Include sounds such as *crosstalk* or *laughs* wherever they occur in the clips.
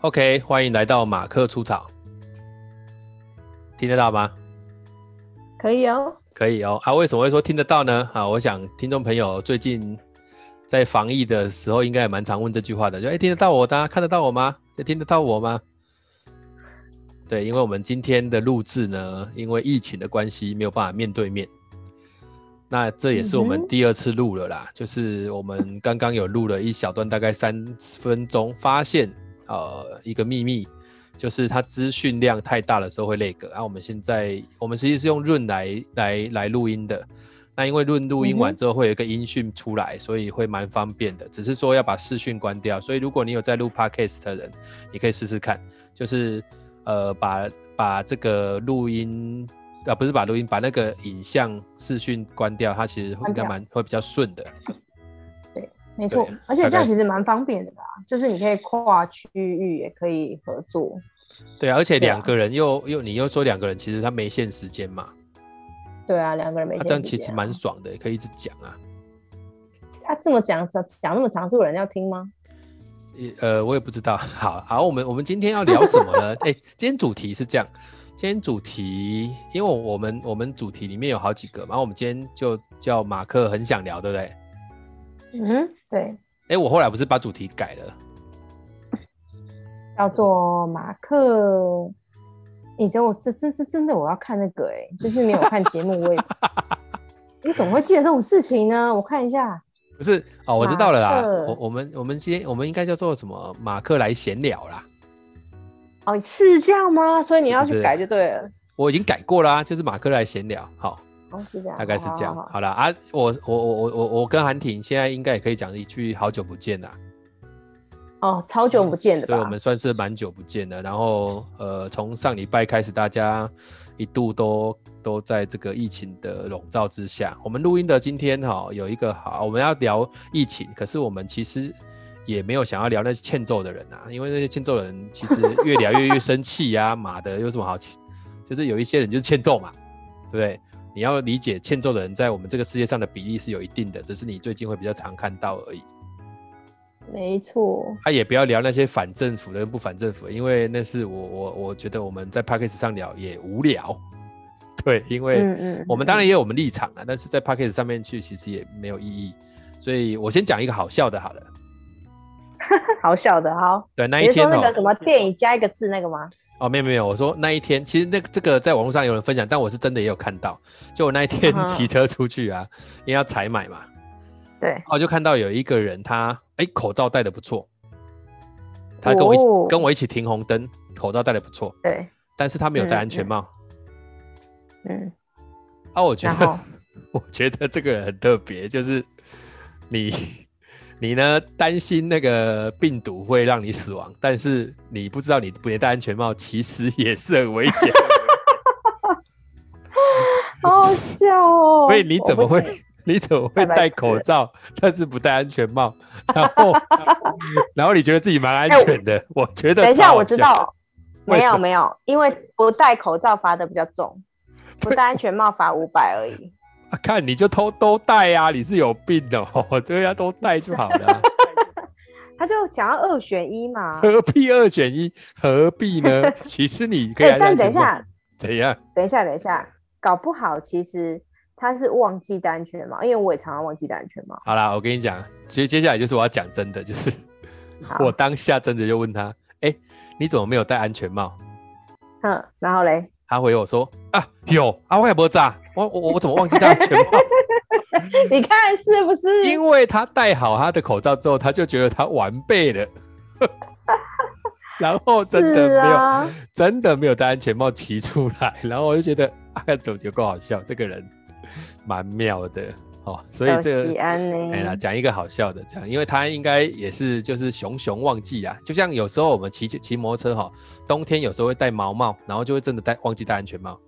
OK，欢迎来到马克出场，听得到吗？可以哦。可以哦。啊，为什么会说听得到呢？啊，我想听众朋友最近在防疫的时候，应该也蛮常问这句话的，就哎、听得到我的啊、看得到我吗？听得到我吗？对，因为我们今天的录制呢，因为疫情的关系，没有办法面对面。那这也是我嗯们哼第二次录了啦，就是我们刚刚有录了一小段，大概三分钟，发现呃一个秘密，就是它资讯量太大的时候会那个。然、后我们现在我们实际是用润来来来录音的，那因为润录音完嗯哼之后会有一个音讯出来，所以会蛮方便的。只是说要把视讯关掉，所以如果你有在录 podcast 的人，你可以试试看，就是呃把把这个录音啊不是把录音，把那个影像视讯关掉，它其实会应关该掉蛮会比较顺的。没错对，而且这大概样是其实蛮方便的啦，就是你可以跨区域，也可以合作。对啊，而且对啊两个人又又你又说两个人，其实他没限时间嘛，对啊，两个人没他、见这样几其面实啊蛮爽的，可以一直讲啊。啊，这么讲讲讲那么长，是有人要听吗？也呃，我也不知道。 *laughs* 好，好，我们我们今天要聊什么 *laughs* 呢？哎、今天主题是这样，今天主题，因为我们我们主题里面有好几个嘛，然后我们今天就叫马克很想聊，对不对？哎、嗯，对，我后来不是把主题改了，叫做马克。你知道我这这这真的我要看那个哎、就是没有看节目， *laughs* 我也你怎么会记得这种事情呢？我看一下，不是哦，我知道了马啦。克我我们我们今天我们应该叫做什么？马克来闲聊啦。哦，是这样吗？所以你是要不是去改就对了。我已经改过啦，就是马克来闲聊。好，哦，是这样，大概是这样。好好好好了啊，我我我我我我跟韩婷现在应该也可以讲一句好久不见啦。哦，超久不见的吧？对我们算是蛮久不见了。然后呃，从上礼拜开始，大家一度都都在这个疫情的笼罩之下。我们录音的今天哈、有一个好，我们要聊疫情，可是我们其实。也没有想要聊那些欠揍的人啊，因为那些欠揍的人其实越聊越越生气呀、妈的，有什么好气？就是有一些人就是欠揍嘛，对不对？你要理解欠揍的人在我们这个世界上的比例是有一定的，只是你最近会比较常看到而已。没错，他、也不要聊那些反政府的跟不反政府的，因为那是我我我觉得我们在 p a c k a g e 上聊也无聊，对，因为嗯嗯，我们当然嗯也有我们立场啊，但是在 p a c k a g e 上面去其实也没有意义，所以我先讲一个好笑的好了。好笑的，好，对，那一你是天说那哦个，什么电影加一个字那个吗？哦，没有没有，我说那一天，其实那个这个在网络上有人分享，但我是真的也有看到，就我那一天嗯哼骑车出去啊，因为要采买嘛，对，我就看到有一个人他，哎口罩戴的不错，他跟我一起、哦跟我一起停红灯，口罩戴的不错，对，但是他没有戴嗯安全帽。嗯， *laughs* 啊，我觉然得后， *laughs* 我觉得这个人很特别，就是你你呢担心那个病毒会让你死亡，但是你不知道你不戴安全帽其实也是很危险， *laughs* 好好笑哦。所以你怎么我不 *laughs* 行会？你怎么会太白戴痴口了罩，但是不戴安全帽？ *laughs* 然 *laughs* 后，然后你觉得自己蛮哎安我全的？我觉得等一超下，好我知笑，道， *laughs* 为没什有么没有，因为不戴口罩罚的比较 *laughs* 重，不对戴安全帽罚五百而已。 *laughs* 啊看你就偷都戴啊，你是有病的哦， *laughs* 对啊，都戴就好了 *laughs* 啊、他就想要二选一嘛。何必二选一？何必呢？ *laughs* 其实你 *laughs* 可以、哎，但等一，下， *laughs* 怎样？等一下，等一下，搞不好其实他是忘记戴安全帽，因为我也常常忘记戴安全帽。好啦，我跟你讲，接接下来就是我要讲真的，就是好我当下真的就问他，哎、你怎么没有戴安全帽？嗯，然后嘞，他回我说啊，有啊，我也不炸，我我我怎么忘记戴安全 *laughs* 帽？你看是不是？因为他戴好他的口罩之后，他就觉得他完备了， *laughs* 然后真的是没有、啊，真的没有戴安全帽骑出来，然后我就觉得哎，怎么就够好笑，这个人蛮妙的哦，所以这个喜安呢？哎啦，讲一个好笑的，这样，因为他应该也是就是熊熊忘记啊，就像有时候我们骑骑摩托车哈，冬天有时候会戴毛帽，然后就会真的戴忘记戴安全帽，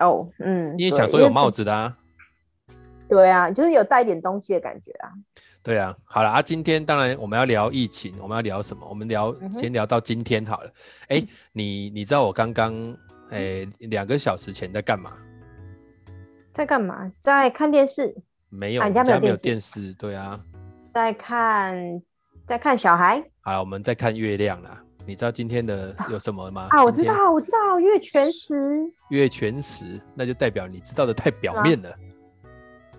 哦，嗯，因为对想说有不帽子的啊，对啊，就是有带一点东西的感觉啊。对啊，好了啊，今天当然我们要聊疫情，我们要聊什么？我们聊、嗯哼嗯先聊到今天好了，哎、你你知道我刚刚哎两个小时前在干嘛？在干嘛？在看电视，没有，啊我你们家没有没有电电视，对啊，在看在看小孩好了，我们再看月亮啦。你知道今天的有什么吗？啊，我知今天道，我知道，月全食月全食，那就代表你知道的太表面了。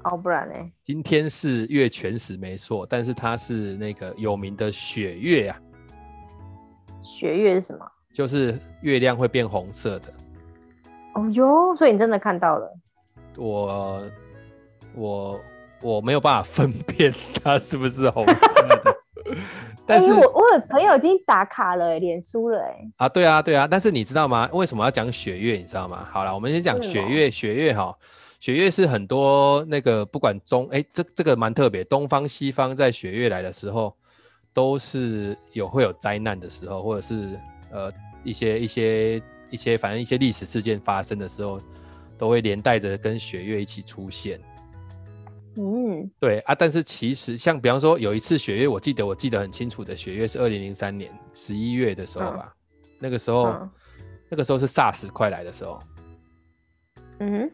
哦，不然呢？今天是月全食没错，但是它是那个有名的雪月啊，血月是什么？就是月亮会变红色的。哦哟，所以你真的看到了，我我我没有办法分辨它是不是红色的，但哎是、我我有朋友已经打卡了、哎脸书了、哎，啊，对啊，对啊，但是你知道吗？为什么要讲雪月？你知道吗？好了，我们先讲为什雪么月。雪月哈，雪月是很多那个不管中哎，这这个蛮特别，东方西方在雪月来的时候，都是有会有灾难的时候，或者是呃一些一些一些反正一些历史事件发生的时候，都会连带着跟雪月一起出现。嗯，对啊，但是其实像比方说有一次雪月，我记得我记得很清楚的，雪月是二零零三年十一月的时候吧，那个时候、嗯那个时候是 SARS 快来的时候，嗯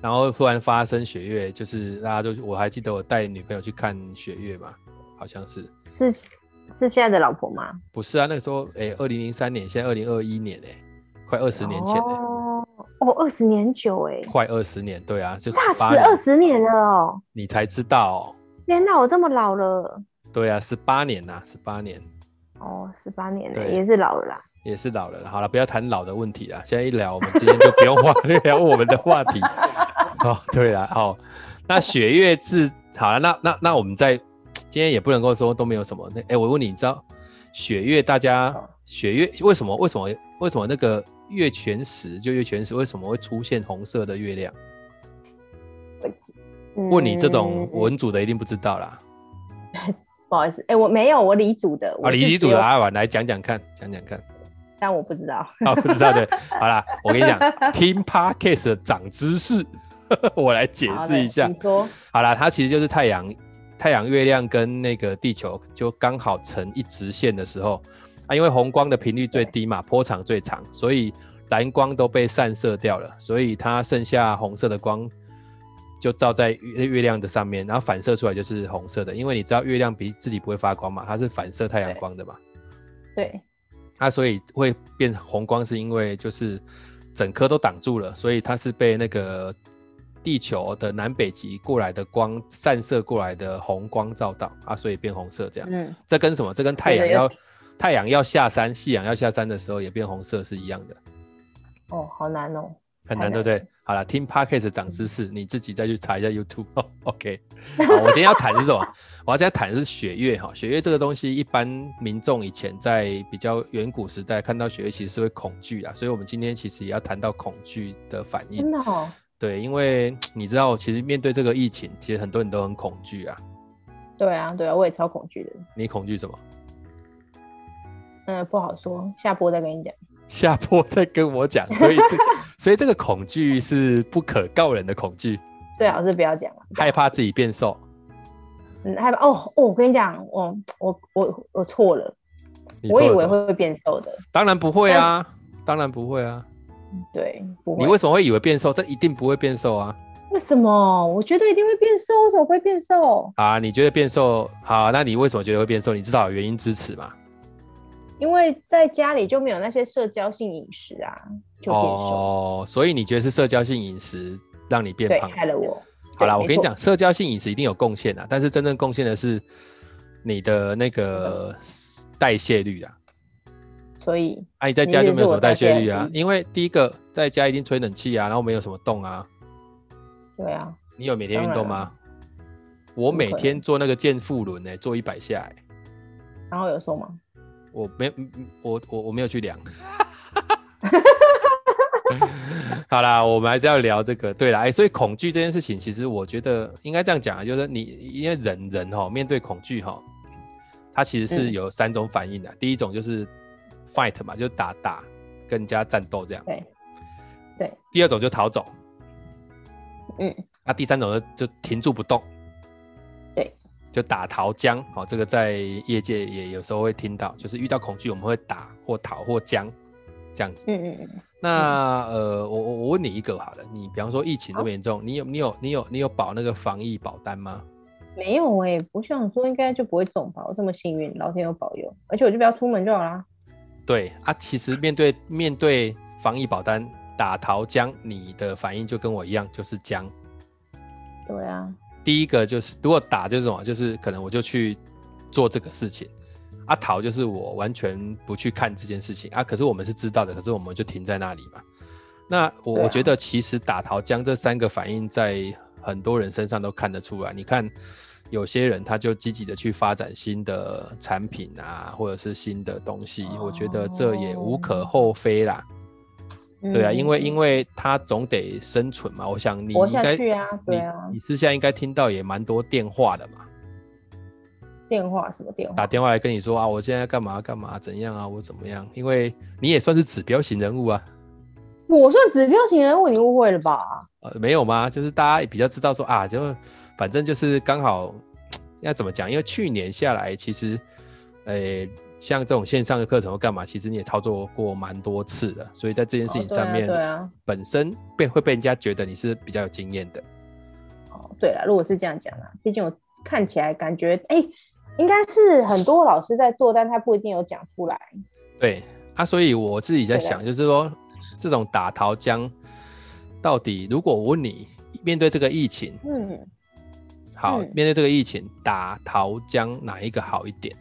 然后突然发生雪月，就是大家就我还记得我带女朋友去看雪月嘛，好像是哼，是是现在的老婆吗？不是啊？那个时候哎，二零零三年，现在二零二一年哎、快二十年前哎、哦，哦，二十年久哎、快二十年，对啊，就十吓八死二年，十年了哦！你才知道、哦，天哪，我这么老了，对啊，十八年呐、十八年。哦，十八年了，对也是老了啦。也是老了啦，好了，不要谈老的问题啦。现在一聊，我们今天就不用话 *laughs* 聊我们的话 *laughs* 题。哦，对啦，好，那雪月自好了，那那那我们在今天也不能够说都没有什么。那哎、我问你，你知道雪月大家雪月为什么为什么为什么那个月全食就月全食为什么会出现红色的月亮？问你这种嗯文组的一定不知道啦。不好意思，哎、我没有，我理组的，啊，我是李组只有的阿婉来讲讲看，讲讲看。但我不知道。 *laughs* 啊，不知道的。好啦，我跟你讲，听 podcast 的长知识， *laughs* 我来解好释嘞嗯一下你。说，好啦，它其实就是太阳、太阳、月亮跟那个地球就刚好成一直线的时候，啊，因为红光的频率最低嘛，波长最长，所以蓝光都被散射掉了，所以它剩下红色的光。就照在月月亮的上面，然后反射出来就是红色的，因为你知道月亮比自己不会发光嘛，它是反射太阳对光的嘛。对，它啊所以会变红光，是因为就是整颗都挡住了，所以它是被那个地球的南北极过来的光散射过来的红光照到啊，所以变红色这样。嗯，这跟什么？这跟太阳对的要太阳要下山，夕阳要下山的时候也变红色是一样的，哦，好难哦。很太难，对不难对？好了，听 podcast 长知嗯识，你自己再去查一下 YouTube *laughs* 哦。OK，好，我今天要谈的是什么？ *laughs* 我要今天谈的是雪月哈。雪月这个东西，一般民众以前在比较远古时代看到雪月，其实是会恐惧啊。所以我们今天其实也要谈到恐惧的反应。真的哦，对，因为你知道，其实面对这个疫情，其实很多人都很恐惧啊。对啊，对啊，我也超恐惧的。你恐惧什么？ *laughs* 嗯、不好说，下播再跟你讲。下播再跟我讲。所以 *laughs* 这，所以这个恐惧是不可告人的恐惧，最好是不要讲了，害怕自己变瘦。嗯，害怕哦哦，我跟你讲，我我我我错了，你我做以了为什么？会变瘦的，当然不会啊，当然不会啊。对，哎不你会。为什么会以为变瘦？这一定不会变瘦啊！为什么？我觉得一定会变瘦，为什么会变瘦？啊，你觉得变瘦好，那你为什么觉得会变瘦？你知道有原因支持嘛？因为在家里就没有那些社交性饮食啊，就变瘦。哦，所以你觉得是社交性饮食让你变对，胖？害了我。好啦，对我跟你，没讲，社交性饮食一定有贡献啊，但是真正贡献的是你的那个代谢率啊。错所以啊，你在家就没有什么代谢率你啊是，我因为第一个在家一定吹冷气啊，然后没有什么动啊。对啊，你有每天当运然动了吗？我不每可天能做那个健腹轮呢、做一百下、欸，然后有瘦吗？我没，嗯嗯我我我没有去量。 *laughs* 好啦，我们还是要聊这个。对啦，哎、所以恐惧这件事情，其实我觉得应该这样讲啊，就是你因为人人哈、面对恐惧哈、它其实是嗯有三种反应的、啊第一种就是 fight 嘛，就是打打跟人家战斗这样。对，对。第二种就逃走，嗯，那啊第三种就就停住不动。对，就打逃僵，哦，这个在业界也有时候会听到，就是遇到恐惧我们会打或逃或僵这样子。嗯嗯嗯，那呃，我我我问你一个好了，你比方说疫情这么严重，你有你有你有你有保那个防疫保单吗？没有哎、我想说应该就不会中吧，我这么幸运，老天有保佑，而且我就不要出门就好啦。对啊，其实面对面对防疫保单打桃僵，你的反应就跟我一样，就是僵。对啊，第一个就是如果打啊就是什么，就是可能我就去做这个事情。啊，逃就是我完全不去看这件事情啊，可是我们是知道的，可是我们就停在那里嘛。那我、对啊我觉得其实打桃僵这三个反应在很多人身上都看得出来。你看有些人他就积极的去发展新的产品啊，或者是新的东西，我觉得这也无可厚非啦。嗯对啊，因为因为为他总得生存嘛。我想你活应下该去啊，对啊你，你私下应该听到也蛮多电话的嘛，电话什么电话打？电话来跟你说啊，我现在干嘛干嘛怎样啊，我怎么样？因为你也算是指标型人物啊，我算指标型人物，你误会了吧？呃，没有吗？就是大家比较知道说啊，就反正就是刚好要怎么讲？因为去年下来，其实，呃，像这种线上的课程或干嘛，其实你也操作过蛮多次的，所以在这件事哦情对啊上面，对啊，本身被会被人家觉得你是比较有经验的。哦，对了，如果是这样讲啦，毕竟我看起来感觉，哎、应该是很多老师在做，但他不一定有讲出来。对啊，所以我自己在对的想，就是说这种打桃僵，到底如果我问你，面对这个疫情，嗯，好，嗯面对这个疫情，打桃僵哪一个好一点？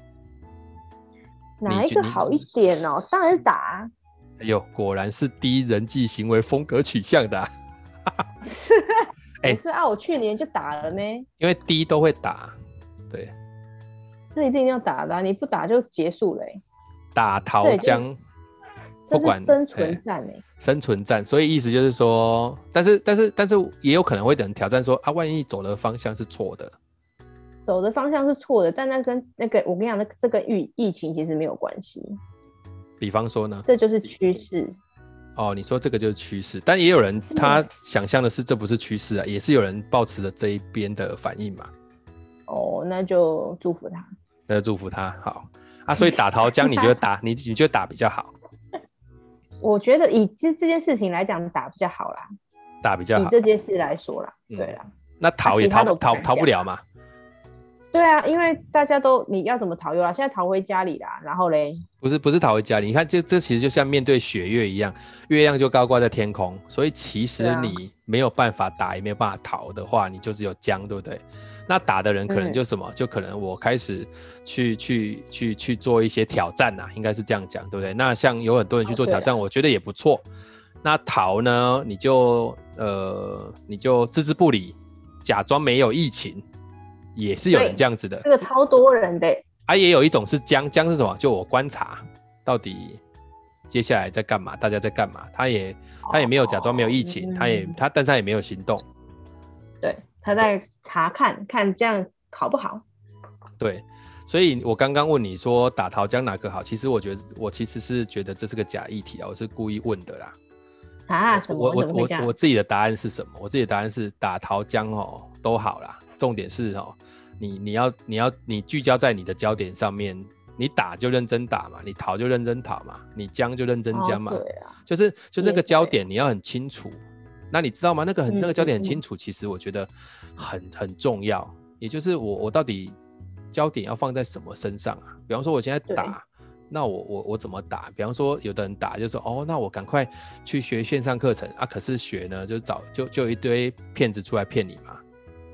哪你一觉个你好一点哦？当然是打啊、哎呦，果然是第一人际行为风格取向的啊、是， *laughs* 哎不是啊，我去年就打了呢，因为第一都会打，对，这一定要打的啊、你不打就结束了、欸，打桃对就僵，这不是管生哎存战哎、生存战，所以意思就是说，但是但是但是也有可能会等挑战说啊，万一走的方向是错的，走的方向是错的，但那跟那个我跟你讲，那这跟疫疫情其实没有关系，比方说呢，这就是趋势。哦，你说这个就是趋势，但也有人嗯他想象的是这不是趋势啊，也是有人抱持着这一边的反应嘛，哦，那就祝福他。那就祝福他好啊。所以打桃僵，你觉得打 *laughs* 你你觉得打比较好，我觉得以这这件事情来讲，打比较好啦。打比较以好。这件事来说啦，嗯对啦，那逃也其他逃不的我不逃敢逃不讲了嘛，对啊，因为大家都你要怎么逃有啦，现在逃回家里啦，然后嘞，不是不是逃回家里。你看这这其实就像面对雪月一样，月亮就高挂在天空，所以其对实啊你没有办法打，也没有办法逃的话，你就只有僵，对不对？那打的人可能嗯就什么，就可能我开始去去去去做一些挑战呐、应该是这样讲，对不对？那像有很多人去哦做对挑战，我觉得也不错。那逃呢，你就呃你就置之不理，假装没有疫情，也是有人对这样子的。这个超多人的欸、啊，也有一种是僵，僵是什么？就我观察到底接下来在干嘛，大家在干嘛。他也他也没有假装没有疫情，哦他也嗯他但他也没有行动。对，他在查看看这样好不好。对，所以我刚刚问你说打桃僵哪个好，其实我觉得我其实是觉得这是个假议题啊，我是故意问的啦。啊？什么？我我怎么会我这我样？自己的答案是什么？我自己的答案是打桃僵哦都好啦，重点是哦，你你要你要你聚焦在你的焦点上面，你打就认真打嘛，你逃就认真逃嘛，你僵就认真哦僵嘛。对啊，就是就是那也个焦对点你要很清楚。那你知道吗？那个很那个焦点嗯很嗯嗯清楚，其实我觉得很很重要。也就是我我到底焦点要放在什么身上啊？比方说我现在对打，那我我我怎么打？比方说有的人打就是哦，那我赶快去学线上课程啊，可是学呢就找就就一堆骗子出来骗你嘛，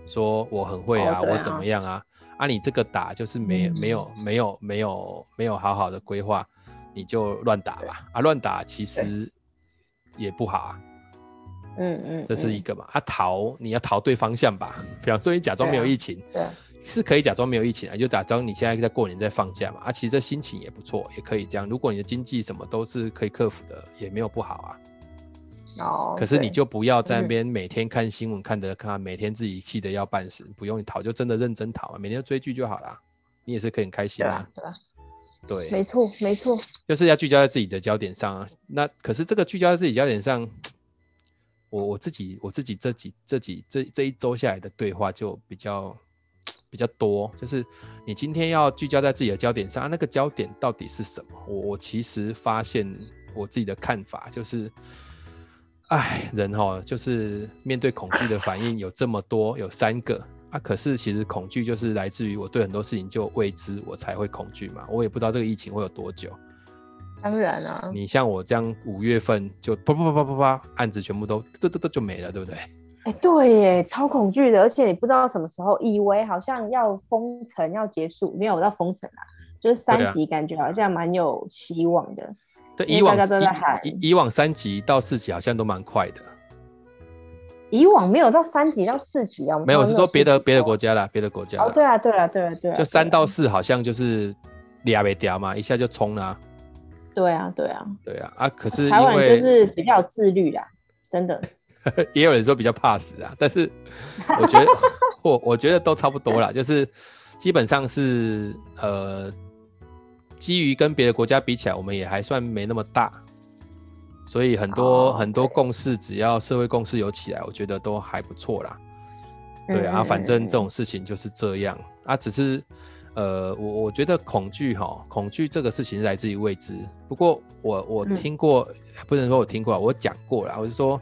说我很会啊，哦对啊我怎么样啊？啊，你这个打就是没、嗯没有没有没有没有好好的规划，你就乱打吧。啊，乱打其实也不好啊，嗯嗯，这是嗯一个嘛。啊，逃你要逃对方向吧。 *laughs* 比方说你假装没有对啊疫情，对啊是可以假装没有疫情啊，就假装你现在在过年在放假嘛。啊，其实这心情也不错，也可以这样。如果你的经济什么都是可以克服的，也没有不好啊。哦。可是你对就不要在那嗯边每天看新闻看的看，每天自己气得要半死。不用你逃，就真的认真逃啊，每天追剧就好啦。你也是可以很开心对啊啊，，对啊，对，没错没错，就是要聚焦在自己的焦点上啊。那可是这个聚焦在自己焦点上，我我自己我自己这几这几这这一周下来的对话就比较比较多，就是你今天要聚焦在自己的焦点上，啊、那个焦点到底是什么？我我其实发现我自己的看法就是。哦哎，人哈、就是面对恐惧的反应有这么多，有三个，啊，可是其实恐惧就是来自于我对很多事情就未知，我才会恐惧嘛。我也不知道这个疫情会有多久。当然啊，你像我这样五月份就啪啪啪啪啪啪，案子全部都都都都就没了，对不对？哎、对耶，超恐惧的，而且你不知道什么时候，以为好像要封城要结束，没有到封城啊，就是对三啊级感觉好像蛮有希望的。对，因为以往大家都在喊哦以以以往三级到四级好像都蛮快的，以往没有到三级到四级啊，我们没有从是说别的别的国家家啦，别的国家啦。哦，对啊，对啊，对啊，对啊，就对三啊到四好像就是俩没嗲嘛，一下就冲了啊、对啊，对啊，对啊啊，可是台因湾为人就是比较有自律啦，真的。 *laughs* 也有人说比较怕死啊，但是我 *laughs* 觉得我我觉得都差不多啦，就是基本上是呃，基于跟别的国家比起来，我们也还算没那么大，所以很多、哦很多对共识，只要社会共识有起来，我觉得都还不错啦。对啊，嗯反正这。嗯嗯种事情就是这样啊，只是呃，我我觉得恐惧哈，恐惧这个事情来自于未知。不过我我嗯听过，不能说我听过啊，我讲过啦，我是说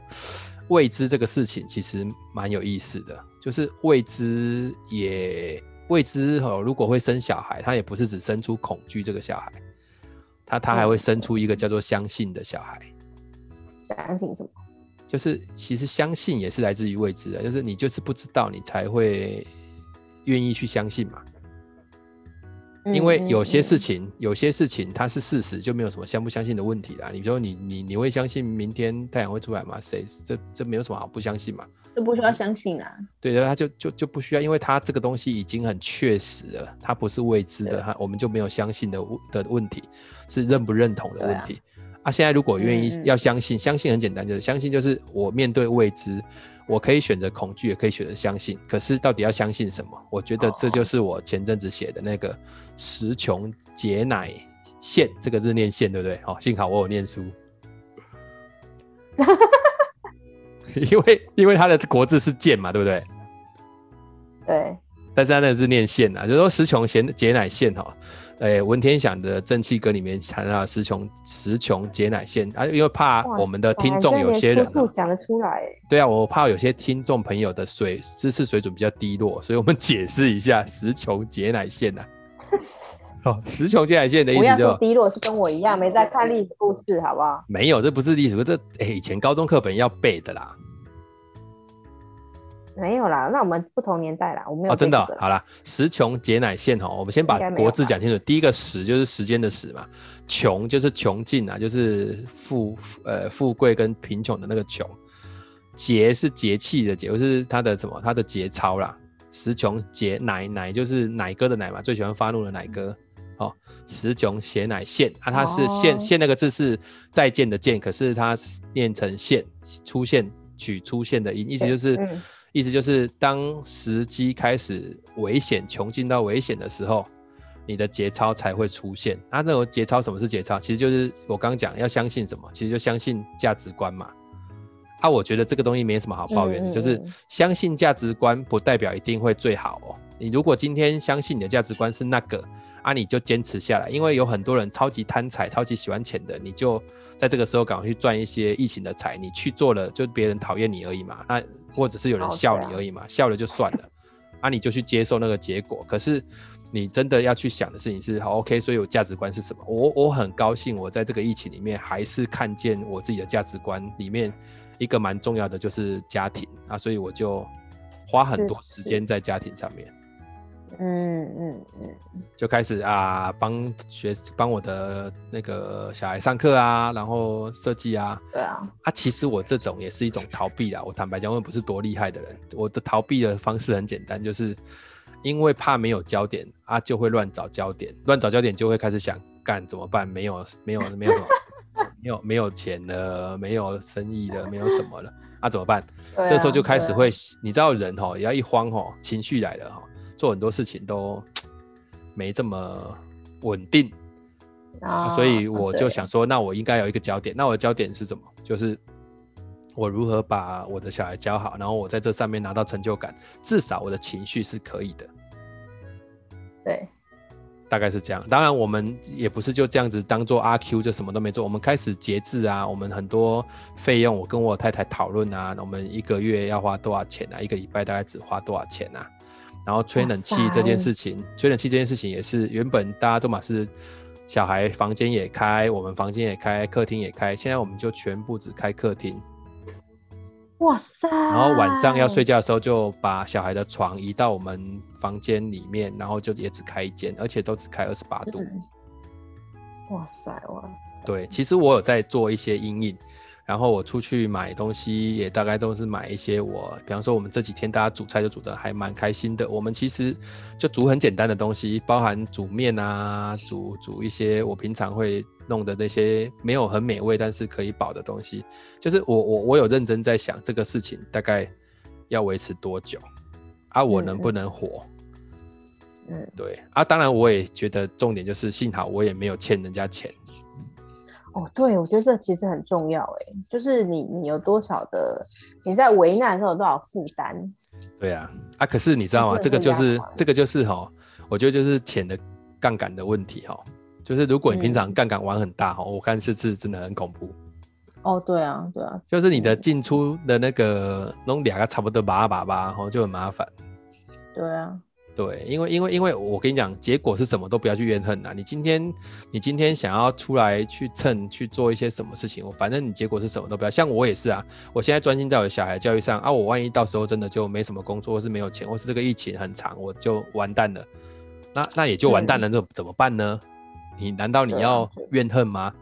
未知这个事情其实蛮有意思的，就是未知也未知哦，如果会生小孩，他也不是只生出恐惧这个小孩，他他还会生出一个叫做相信的小孩。相信什么？就是其实相信也是来自于未知的，就是你就是不知道，你才会愿意去相信嘛。嗯因为有些事情，有些事情它是事实，就没有什么相不相信的问题啦。你说你你你会相信明天太阳会出来吗？谁这这没有什么好不相信嘛。就不需要相信啦。对的，然后他就就就不需要，因为他这个东西已经很确实了，它不是未知的，对它我们就没有相信的问的问题，是认不认同的对问啊题。啊，现在如果愿意嗯嗯要相信，相信很简单，就是相信就是我面对未知，我可以选择恐惧，也可以选择相信。可是到底要相信什么？我觉得这哦就是我前阵子写的那个“十穷解乃现”，这个字念“现”，对不对？哦，幸好我有念 *laughs* 书。因为因为它的国字是剑嘛，对不对？对，但是他那个是念线啊，就说石穷贤解乃线哈、诶，文天祥的《正气歌》里面谈到石穷石穷解乃线啊，因为怕哇我们的听众有些人、哇这连啊出处，讲得出来耶，对啊，我怕有些听众朋友的水知识水准比较低落，所以我们解释一下石穷解乃线 *laughs* 呐、啊。哦，石穷解乃线的意不要思说就低落是跟我一样没在看历史故事，好不好？没有，这不是历史，这哎以前高中课本要背的啦。没有啦，那我们不同年代啦，我没有哦，真的哦、这个啦好啦，时穷节乃现哦哈，我们先把应该没有国字吧讲清楚。第一个时就是时间的时嘛，穷就是穷尽啊，就是富呃富贵跟贫穷的那个穷。节是节气的节，就是它的什么？它的节操啦。时穷节乃乃就是奶哥的奶嘛，最喜欢发怒的奶哥。哦，时穷节乃现啊，它是现哦现那个字是再见的见，可是它是念成现出现取出现的音，意思就是、嗯意思就是当时机开始危险、穷尽到危险的时候，你的节操才会出现。它、那种节操，什么是节操？其实就是我刚讲的要相信什么，其实就相信价值观嘛。啊，我觉得这个东西没什么好抱怨的，嗯嗯就是嗯相信价值观不代表一定会最好哦。你如果今天相信你的价值观是那个，啊，你就坚持下来，因为有很多人超级贪财、超级喜欢钱的，你就在这个时候赶快去赚一些疫情的财，你去做了，就别人讨厌你而已嘛，那或者是有人哦笑对啊你而已嘛，笑了就算了，啊，你就去接受那个结果。可是你真的要去想的事情是，好，OK，所以我价值观是什么？我我很高兴，我在这个疫情里面还是看见我自己的价值观里面一个蛮重要的就是家庭啊，所以我就花很是多时是间在家庭上面。嗯嗯嗯，就开始啊，帮学帮我的那个小孩上课啊，然后设计啊对啊，啊，其实我这种也是一种逃避啦。我坦白讲，我也不是多厉害的人，我的逃避的方式很简单，就是因为怕没有焦点啊，就会乱找焦点，乱找焦点就会开始想干怎么办？没有没有没有什么， *laughs* 没有没有钱了，没有生意了，没有什么了啊，怎么办？对啊这时候就开始对啊会，你知道人哈、也要一慌哈、情绪来了哈、做很多事情都没这么稳定，啊所以我就对想说，那我应该有一个焦点。那我的焦点是什么？就是我如何把我的小孩教好，然后我在这上面拿到成就感，至少我的情绪是可以的。对，大概是这样。当然，我们也不是就这样子当做阿 Q 就什么都没做，我们开始节制啊，我们很多费用我跟我太太讨论啊，我们一个月要花多少钱啊，一个礼拜大概只花多少钱啊。然后吹冷气哇塞这件事情，吹冷气这件事情也是原本大家都嘛是小孩房间也开，我们房间也开，客厅也开，现在我们就全部只开客厅，哇塞！然后晚上要睡觉的时候就把小孩的床移到我们房间里面，然后就也只开一间，而且都只开二十八度。嗯哇塞哇塞！对，其实我有在做一些阴影，然后我出去买东西也大概都是买一些我，比方说我们这几天大家煮菜就煮的还蛮开心的，我们其实就煮很简单的东西，包含煮面啊，煮煮一些我平常会弄的那些没有很美味但是可以饱的东西，就是我我我有认真在想这个事情大概要维持多久啊，我能不能活？嗯，对啊，当然我也觉得重点就是幸好我也没有欠人家钱。哦，对，我觉得这其实很重要哎，就是你你有多少的你在为难的时候有多少负担，对啊，啊，可是你知道吗？这这个个就很是压垮人这个就是哈、我觉得就是钱的杠杆的问题哈、就是如果嗯你平常杠杆玩很大哈、我看这次真的很恐怖，哦，对啊，对啊，就是你的嗯进出的那个弄两个差不多叭叭叭，然后就很麻烦。对啊，对，因为因为因为我跟你讲，结果是什么都不要去怨恨啊啦。你今天你今天想要出来去蹭去做一些什么事情，我反正你结果是什么都不要。像我也是啊，我现在专心在我的小孩教育上啊，我万一到时候真的就没什么工作，或是没有钱，或是这个疫情很长，我就完蛋了。那那也就完蛋了，那、怎么办呢？你难道你嗯对啊要对怨恨吗？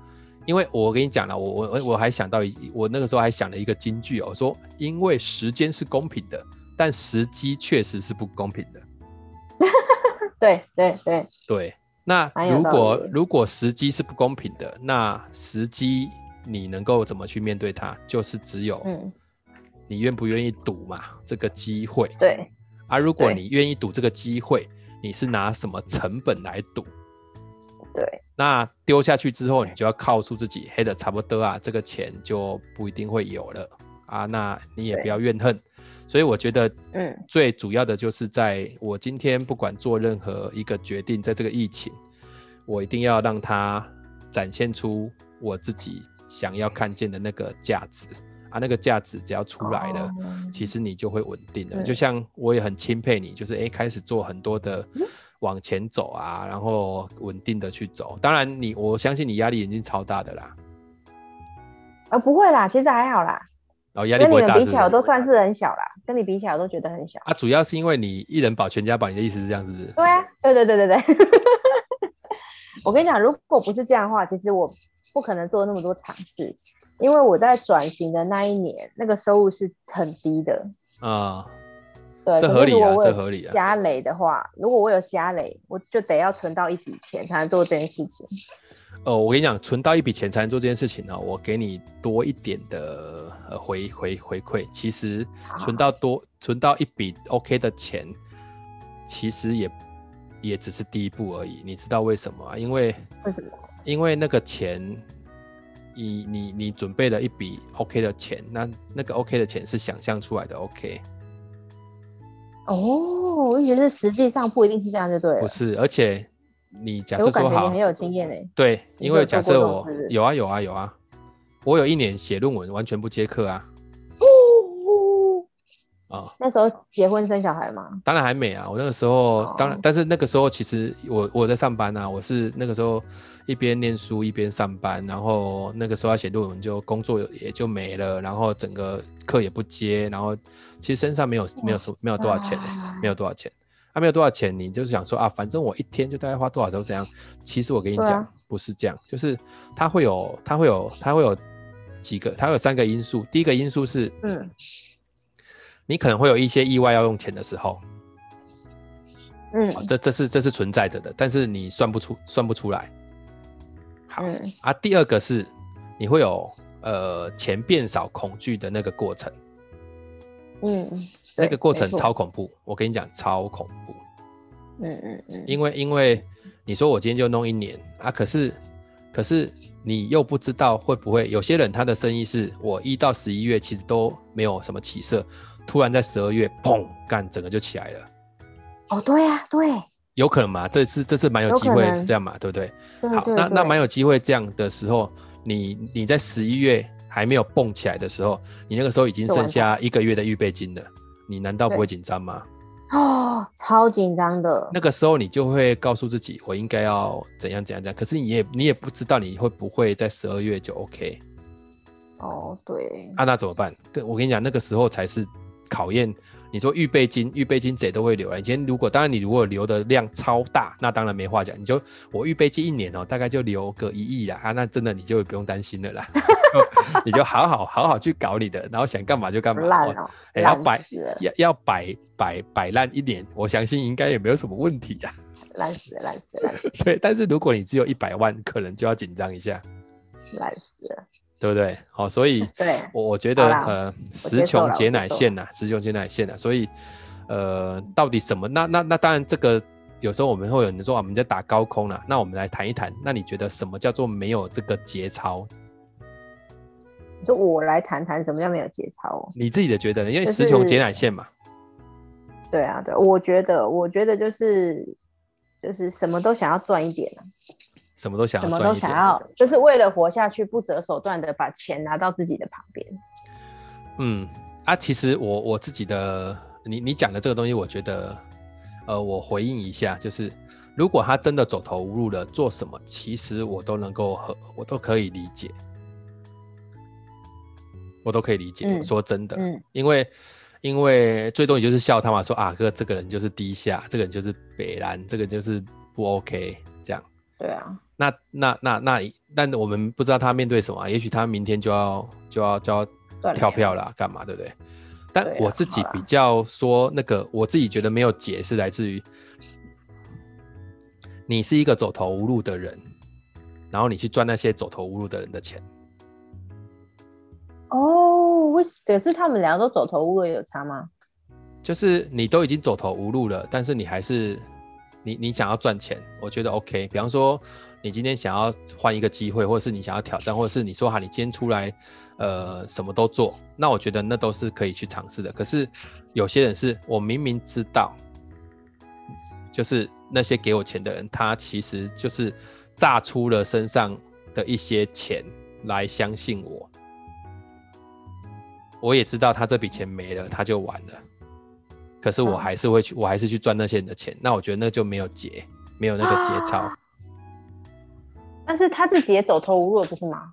因为我跟你讲了，我我我我还想到一，我那个时候还想了一个金句哦，我说因为时间是公平的，但时机确实是不公平的。对对对，对，那蛮有如道果理的如果时机是不公平的，那时机你能够怎么去面对它？就是只有嗯，你愿不愿意赌嘛，这个机会。对啊，如果对你愿意赌这个机会，你是拿什么成本来赌？对，那丢下去之后，你就要靠诉自己，黑的差不多啊，这个钱就不一定会有了啊。那你也不对要怨恨。所以我觉得嗯最主要的就是在我今天不管做任何一个决定，在这个疫情，我一定要让它展现出我自己想要看见的那个价值啊，那个价值只要出来了。哦其实你就会稳定的。对就像我也很钦佩你，就是诶开始做很多的嗯往前走啊，然后稳定的去走。当然你，我相信你压力已经超大的啦，呃，不会啦，其实还好啦，然后压力跟不会你们大比不起来，我都算是很小啦，跟你比起来，我都觉得很小。啊，主要是因为你一人保全家保，你的意思是这样，是不是？对啊，对对对对 *laughs* 对。我跟你讲，如果不是这样的话，其实我不可能做那么多尝试，因为我在转型的那一年，那个收入是很低的。啊、对，这可是合理如果啊，我这有合理啊。加累的话，如果我有加累，我就得要存到一笔钱才能做这件事情。哦，我跟你讲，存到一笔钱才能做这件事情呢、哦我给你多一点的呃回回回馈。其实存到多存到一笔 OK 的钱，其实也也只是第一步而已。你知道为什么吗？啊因为为什么？因为那个钱，你你你准备了一笔 OK 的钱，那那个 OK 的钱是想象出来的 OK，哦，我觉得实际上不一定是这样就对了不。是，而且你假哎我设感说觉好你很，有经验诶。对，你因是为有假做过设这种我事有啊有啊有啊，我有一年写论文完全不接课啊哦啊、那时候结婚生小孩吗？当然还美啊！我那个时候，当然哦，但是那个时候其实我我在上班啊，我是那个时候一边念书一边上班，然后那个时候要写论文，就工作也就没了，然后整个课也不接，然后其实身上没有没有什么没有多少钱、欸，没有多少钱，啊，没有多少钱，你就是想说啊，反正我一天就大概花多少时候这样。其实我跟你对啊讲，不是这样，就是它会有它会有它会有几个，它会有三个因素。第一个因素是嗯，你可能会有一些意外要用钱的时候。嗯啊，这这是这是存在着的，但是你算不出算不出来。好、嗯啊，第二个是你会有呃钱变少恐惧的那个过程，嗯，那对个过没程错超恐怖，我跟你讲超恐怖，嗯嗯嗯，因为因为你说我今天就弄一年啊，可是可是你又不知道会不会有些人他的生意是我一到十一月其实都没有什么起色，突然在十二月砰干整个就起来了，哦，对呀、啊，对，有可能嘛？这是这是蛮有有机可会能这样嘛，对不对？对好，对那那对蛮有机会这样的时候，你你在十一月还没有蹦起来的时候，你那个时候已经就完剩下一个月的预备金了，你难道不会紧张吗？哦，超紧张的。那个时候你就会告诉自己，我应该要怎样怎样怎样。可是你也你也不知道你会不会在十二月就 OK 哦，对，啊？那怎么办？对我跟你讲，那个时候才是考验。你说预备金，预备金谁都会留啊。以前如果当然你如果留的量超大，那当然没话讲。你就我预备金一年哦，大概就留个一亿啦啊，那真的你就不用担心了啦， *laughs* 就你就好好好好去搞你的，然后想干嘛就干好嘛。烂哦哦，哎要烂摆死了，要要摆摆摆烂一年，我相信应该也没有什么问题呀、啊烂死了，烂死了，烂死 *laughs* 对，但是如果你只有一百万，可能就要紧张一下，了，烂死了。对不对？好、所以对，我我觉得好啦呃，接十受穷了解我接乃受现呐、十穷解乃现呐、所以呃，到底什么？那那那当然，这个有时候我们会有人说啊，我们在打高空啦、那我们来谈一谈，那你觉得什么叫做没有这个节操？你说我来谈谈什么叫没有节操哦？你自己的觉得呢，因为就十穷解是乃现嘛，对啊，对，我觉得，我觉得就是就是什么都想要赚一点啊，什么都想什要么都赚一想点。要，就是为了活下去不择手段的把钱拿到自己的旁边。嗯，啊，其实我我自己的，你你讲的这个东西，我觉得，呃，我回应一下，就是如果他真的走投无路了，做什么，其实我都能够和我都可以理解，我都可以理解。嗯说真的，嗯，因为因为最多也就是笑他嘛，说啊哥这个人就是低下，这个人就是北蓝，这个就是不 OK 这样。对啊，那那那那，但我们不知道他面对什么啊、也许他明天就要就要就要断跳粮票啦，干嘛对不对？但对啊我自己好啦比较说那个，我自己觉得没有解是来自于你是一个走投无路的人，然后你去赚那些走投无路的人的钱，哦，为什可是他们两个都走投无路有差吗？就是你都已经走投无路了，但是你还是你你想要赚钱，我觉得 OK。比方说，你今天想要换一个机会，或者是你想要挑战，或者是你说哈，你今天出来呃什么都做，那我觉得那都是可以去尝试的。可是有些人是我明明知道，就是那些给我钱的人，他其实就是榨出了身上的一些钱来相信我。我也知道他这笔钱没了，他就完了。可是我嗯还是会去，我还是去赚那些人的钱。那我觉得那就没有节，没有那个节操。啊但是他自己也走投无路，不是吗？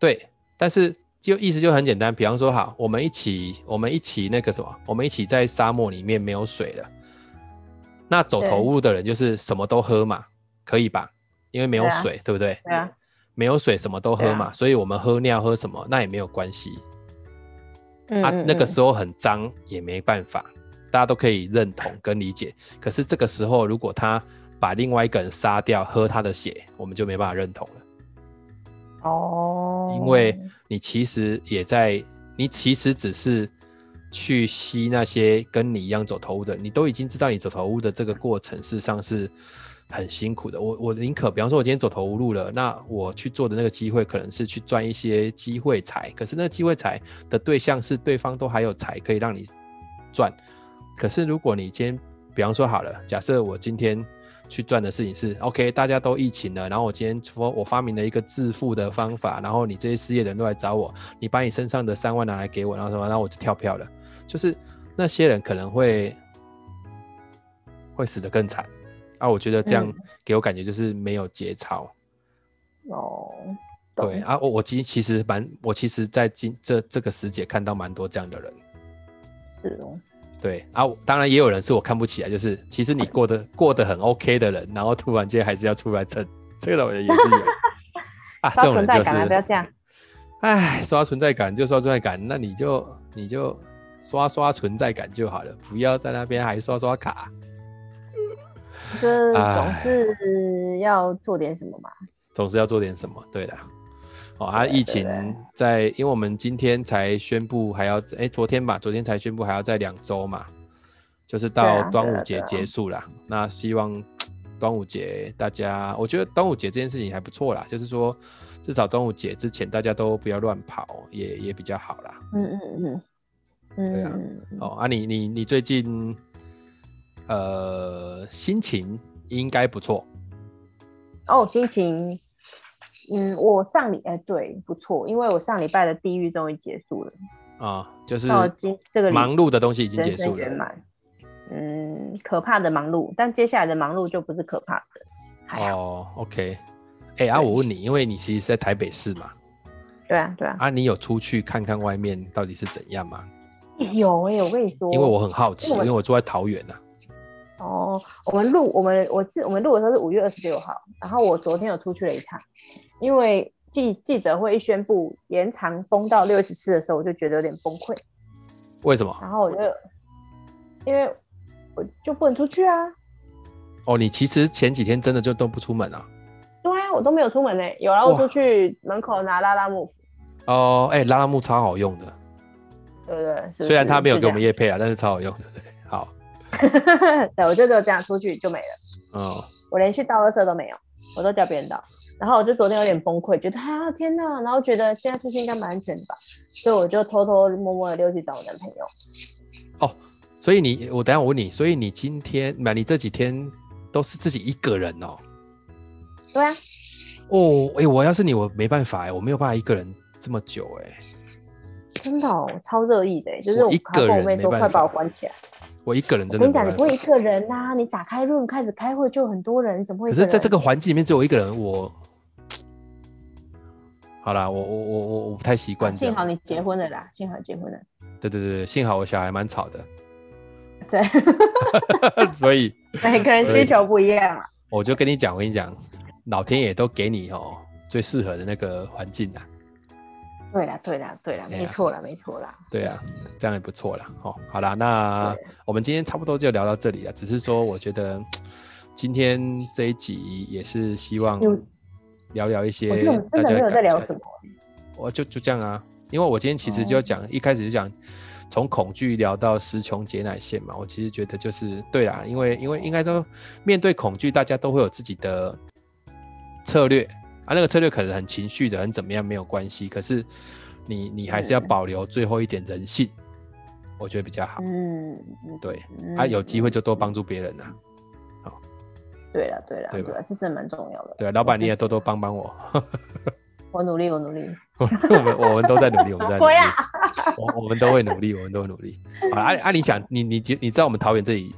对，但是就意思就很简单，比方说，好，我们一起，我们一起那个什么，我们一起在沙漠里面没有水了，那走投对无路的人就是什么都喝嘛，可以吧？因为没有对啊水，对不对？对啊，没有水什么都喝对啊嘛，所以我们喝尿喝什么那也没有关系嗯啊。嗯那个嗯时候很脏也没办法，大家都可以认同跟理解。可是这个时候如果他把另外一个人杀掉，喝他的血，我们就没办法认同了。哦，因为你其实也在，你其实只是去吸那些跟你一样走投无的，你都已经知道你走投无路的这个过程，事实上是很辛苦的。我我宁可，比方说，我今天走投无路了，那我去做的那个机会，可能是去赚一些机会财，可是那个机会财的对象是对方都还有财可以让你赚，可是如果你今天，比方说好了，假设我今天去赚的事情是 OK，大家都疫情了，然后我今天说我发明了一个致富的方法，然后你这些失业的人都来找我，你把你身上的三万拿来给我，然后什么，然后我就跳票了。就是那些人可能会会死得更惨啊！我觉得这样嗯给我感觉就是没有节操。哦，对懂啊，我我今其实蛮，我其实在今这这个时节看到蛮多这样的人。是哦，对啊，我当然也有人是我看不起来，啊就是其实你过得过得很 OK 的人，然后突然间还是要出来蹭， *laughs* 这个我觉得也是有啊，这刷种人存就在是感啊，不要这样。哎，刷存在感就刷存在感，那你就你就刷刷存在感就好了，不要在那边还刷刷卡，这总唉是要做点什么嘛。总是要做点什么。对的，哦啊，对疫对情对在，因为我们今天才宣布还要，哎，昨天吧，昨天才宣布还要再两周嘛，就是对到啊端对午啊节对啊结束啦。那希望端午节大家，我觉得端午节这件事情还不错啦，就是说至少端午节之前大家都不要乱跑，也也比较好啦。嗯嗯嗯嗯，对啊嗯，嗯哦啊你，你你最近呃心情应该不错，哦，心情，嗯，我上礼哎对，不错，因为我上礼拜的地狱终于结束了，哦啊、就是到今这个礼忙碌的东西已经人结生束圆了。满。嗯可怕的忙碌，但接下来的忙碌就不是可怕的，还好。哦，OK，哎、啊，对我问你，因为你其实是在台北市嘛，对啊，对啊，啊，你有出去看看外面到底是怎样吗？ *laughs* 有哎、我跟你说，因为我很好奇，哦因因为我为我住在桃园啊呐、哦，我们录我们我是我们录的时候是五月二十六号，然后我昨天有出去了一趟，因为记记者会一宣布延长封到六十四的时候，我就觉得有点崩溃，为什么？然后我就因为我就不能出去啊，哦，你其实前几天真的就都不出门啊？对啊，我都没有出门呢、有然后我哇出去门口拿拉拉木斧，哦，哎、拉拉木超好用的，对不对？是不虽然是它没有就给我们这叶配啊，但是超好用的。对好，样 *laughs* 对，我就只有这样出去就没了。嗯，我连去倒垃圾都没有，我都叫别人倒。然后我就昨天有点崩溃，觉得啊天呐，然后觉得现在出去应该蛮安全的吧，所以我就偷偷摸摸的溜去找我男朋友。所以你，我等一下我问你，所以你今天，那你这几天都是自己一个人哦？对啊，哦，哎、我要是你，我没办法哎、我没有办法一个人这么久哎、真的、哦，我超热议的欸，就是我我一还跟个我人妹没说办快把法我关起来。我一个人我真的跟你没讲，办你法。不会一个人呐、你打开 room 开始开会就很多人，你怎么会可一个是人？在这个环境里面只有我一个人，我好啦，我我我我我不太习惯这啊幸样。好你结婚了啦，幸好结 *laughs* 婚了。对对对，幸好我小孩蛮吵 *laughs* 的，对，所以每个人所以需求不一样啊。我就跟你讲，我跟你讲，老天爷都给你哦最适合的那个环境啊啦。对啦，对啦，对啦，对啊没错啦，没错啦。对啊，这样也不错啦。哦，好啦，那我们今天差不多就聊到这里了。只是说，我觉得今天这一集也是希望有聊聊一些我觉得我们大真的家没有感在聊觉什么，我就就这样啊，因为我今天其实哦就讲、一开始就讲从恐惧聊到词穷解奶线嘛，我其实觉得就是对啦，因为因为应该说面对恐惧，大家都会有自己的策略啊，那个策略可能很情绪的，很怎么样没有关系，可是你你还是要嗯保留最后一点人性，我觉得比较好。嗯，对，嗯啊，有机会就多帮助别人啊呐、对了，对了，对对吧了，这真的蛮重要的。对啊，老板我你也自多己多帮帮我，我努力，我努力。 *laughs* 我们我们都在努力，我们在 *laughs* 努鬼力啊，我我们都会努力，我们都会努 *laughs* 力。好啦，阿、啊、阿、你想，你你觉你知道我们桃园这里，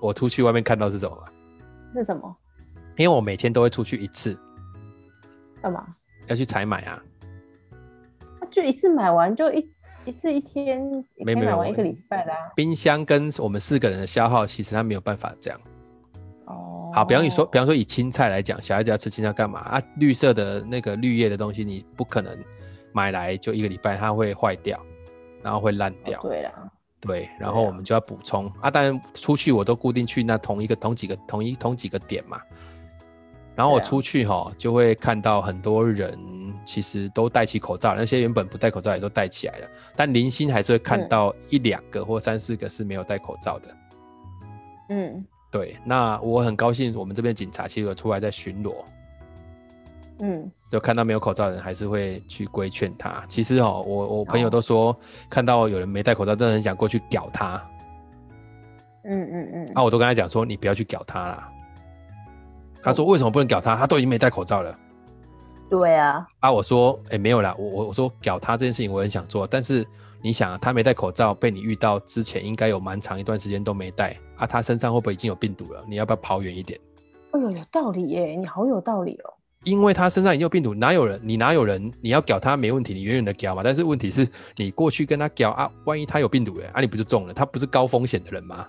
我出去外面看到是什么吗？是什么？因为我每天都会出去一次，干嘛？要去采买啊。他就一次买完就一一次一天，一没天没买有完一个礼拜的啊。冰箱跟我们四个人的消耗，其实他没有办法这样。哦，好，比方你说，比方说以青菜来讲，小孩子要吃青菜干嘛啊？绿色的那个绿叶的东西，你不可能买来就一个礼拜，它会坏掉，然后会烂掉。哦对了，对，然后我啊们就要补充啊。当然出去我都固定去那同一个、同几个、同一同几个点嘛。然后我对啊出去哈、就会看到很多人其实都戴起口罩，那些原本不戴口罩也都戴起来了，但零星还是会看嗯到一两个或三四个是没有戴口罩的。嗯对，那我很高兴，我们这边警察其实有出来在巡逻，嗯，就看到没有口罩的人，还是会去规劝他。其实哦，我我朋友哦都说，看到有人没戴口罩，真的很想过去屌他。嗯嗯嗯，啊，我都跟他讲说，你不要去搞他啦。他说为什么不能搞他？他都已经没戴口罩了。对啊，啊，我说，哎、没有啦，我我我说搞他这件事情我很想做，但是你想、啊，他没戴口罩，被你遇到之前应该有蛮长一段时间都没戴啊，他身上会不会已经有病毒了？你要不要跑远一点？哎呦，有道理耶，你好有道理哦。因为他身上已经有病毒，哪有人你哪有人你要搞他没问题，你远远的搞嘛。但是问题是你过去跟他搞啊，万一他有病毒了啊，你不就中了？他不是高风险的人吗？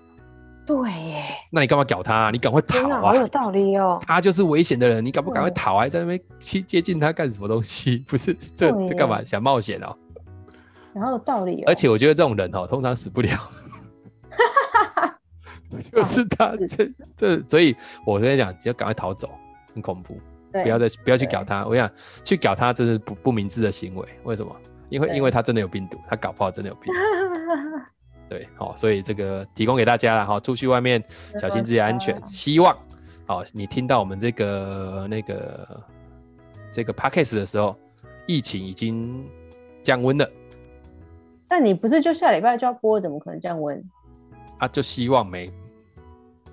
对耶，那你干嘛搞他、你赶快逃天哪，啊！好有道理哦。他就是危险的人，你敢不赶快对逃啊？还在那边去接近他干什么东西？ *laughs* 不是这对这干嘛？想冒险哦！好有道理哦，而且我觉得这种人哦，通常死不了。 *laughs* 就是他 *laughs* 是这这，所以我跟你讲，只要赶快逃走，很恐怖，对 *laughs* 不要再不要去对搞他。我想去搞他，这是不不明智的行为。为什么？因为对因为他真的有病毒，他搞不好真的有病毒。对，好、所以这个提供给大家了哈、出去外面小心自己的安全没。错希望，好、你听到我们这个那个这个 podcast 的时候，疫情已经降温了但你不是就下礼拜就要播，怎么可能降温？啊，就希望没。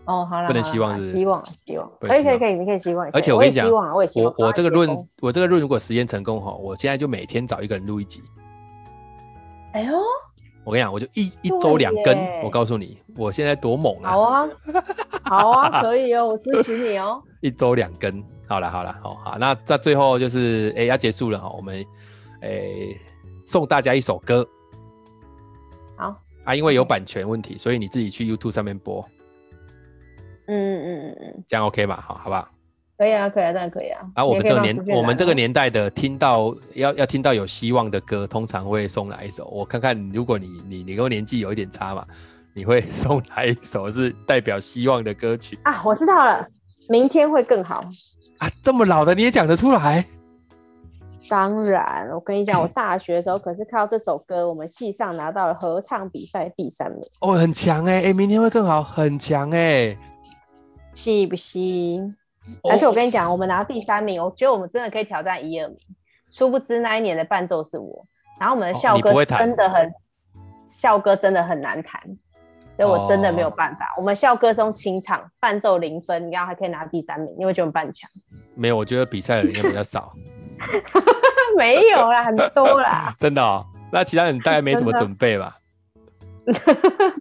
哦，好了，不能好啦希望好是啦不是希望，希望，不可能希以，可以，望可以，你可以希望。而且可以我我跟你也讲希望啊，我也希望我我这个八月论中我这个论如果实验成功哈、我现在就每天找一个人录一集。哎呦，我跟你讲，我就一一周两更对耶，我告诉你，我现在多猛 *laughs* 好啊！啊，*laughs* 好啊，可以哦，我支持你哦。一周两更，好了好了，好好，那在最后就是哎、要结束了哈，我们哎、送大家一首歌好，啊，因为有版权问题，所以你自己去 YouTube 上面播，嗯嗯嗯嗯，这样 OK 吧？好，好不好？可以啊，可以啊，当然可以啊。啊，我们你也可以这个帮年资，讯我们栏这个哦年代的听到要要听到有希望的歌，通常会送哪一首？我看看，如果你你你跟我年纪有一点差嘛，你会送哪一首是代表希望的歌曲啊，我知道了，明天会更好。啊？这么老的你也讲得出来？当然，我跟你讲，我大学的时候可是靠这首歌，我们系上拿到了合唱比赛第三名，哦，很强哎、欸、哎、明天会更好，很强哎、是不是？哦而且我跟你讲，我们拿到第三名，我觉得我们真的可以挑战一二名。殊不知那一年的伴奏是我，然后我们哦的校你不歌会弹真的很，校歌真的很难弹，所以我真的没有哦办法。我们校歌中清唱，伴奏零分，然后还可以拿第三名，因为就很半 *laughs* 强。没有，我觉得比赛的人应该比较少， *laughs* 没有啦，很多啦，真的哦。那其他人大概没什么真的准备吧？ *laughs*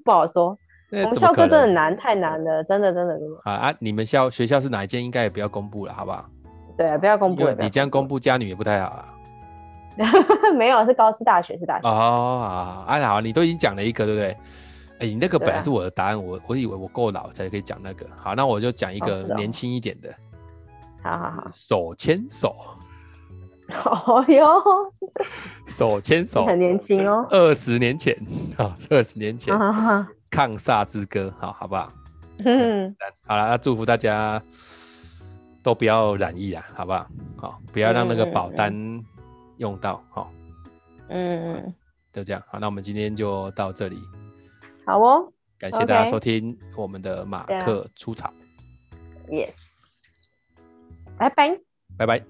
不好说。那我们怎么校歌可真的能？很难，太难了，真的真的真的。啊啊！你们校学校是哪一间？应该也不要公布了，好不好？对啊，不要公布因为了。你这样公布家女也不太好啊。布 *laughs* 没有，是高师大学，是大学。哦，啊，好，你都已经讲了一个，对不对？哎，你那个本对来啊是我的答案，我我以为我够老才可以讲那个。好，那我就讲一哦个是哦年轻一点的，好好手牵手，好， *laughs* 哦哟，手牵手你，很年轻哦。二十年前啊，二十年前，啊哈哈，抗煞之歌，好好不好？嗯，好了，那祝福大家都不要染疫啊，好不好？好，不要让那个嗯嗯保嗯单用到，好，嗯，就这样。好，那我们今天就到这里，好哦感谢大家 OK 收听我们的马对啊克出草， ，yes，拜拜。拜拜。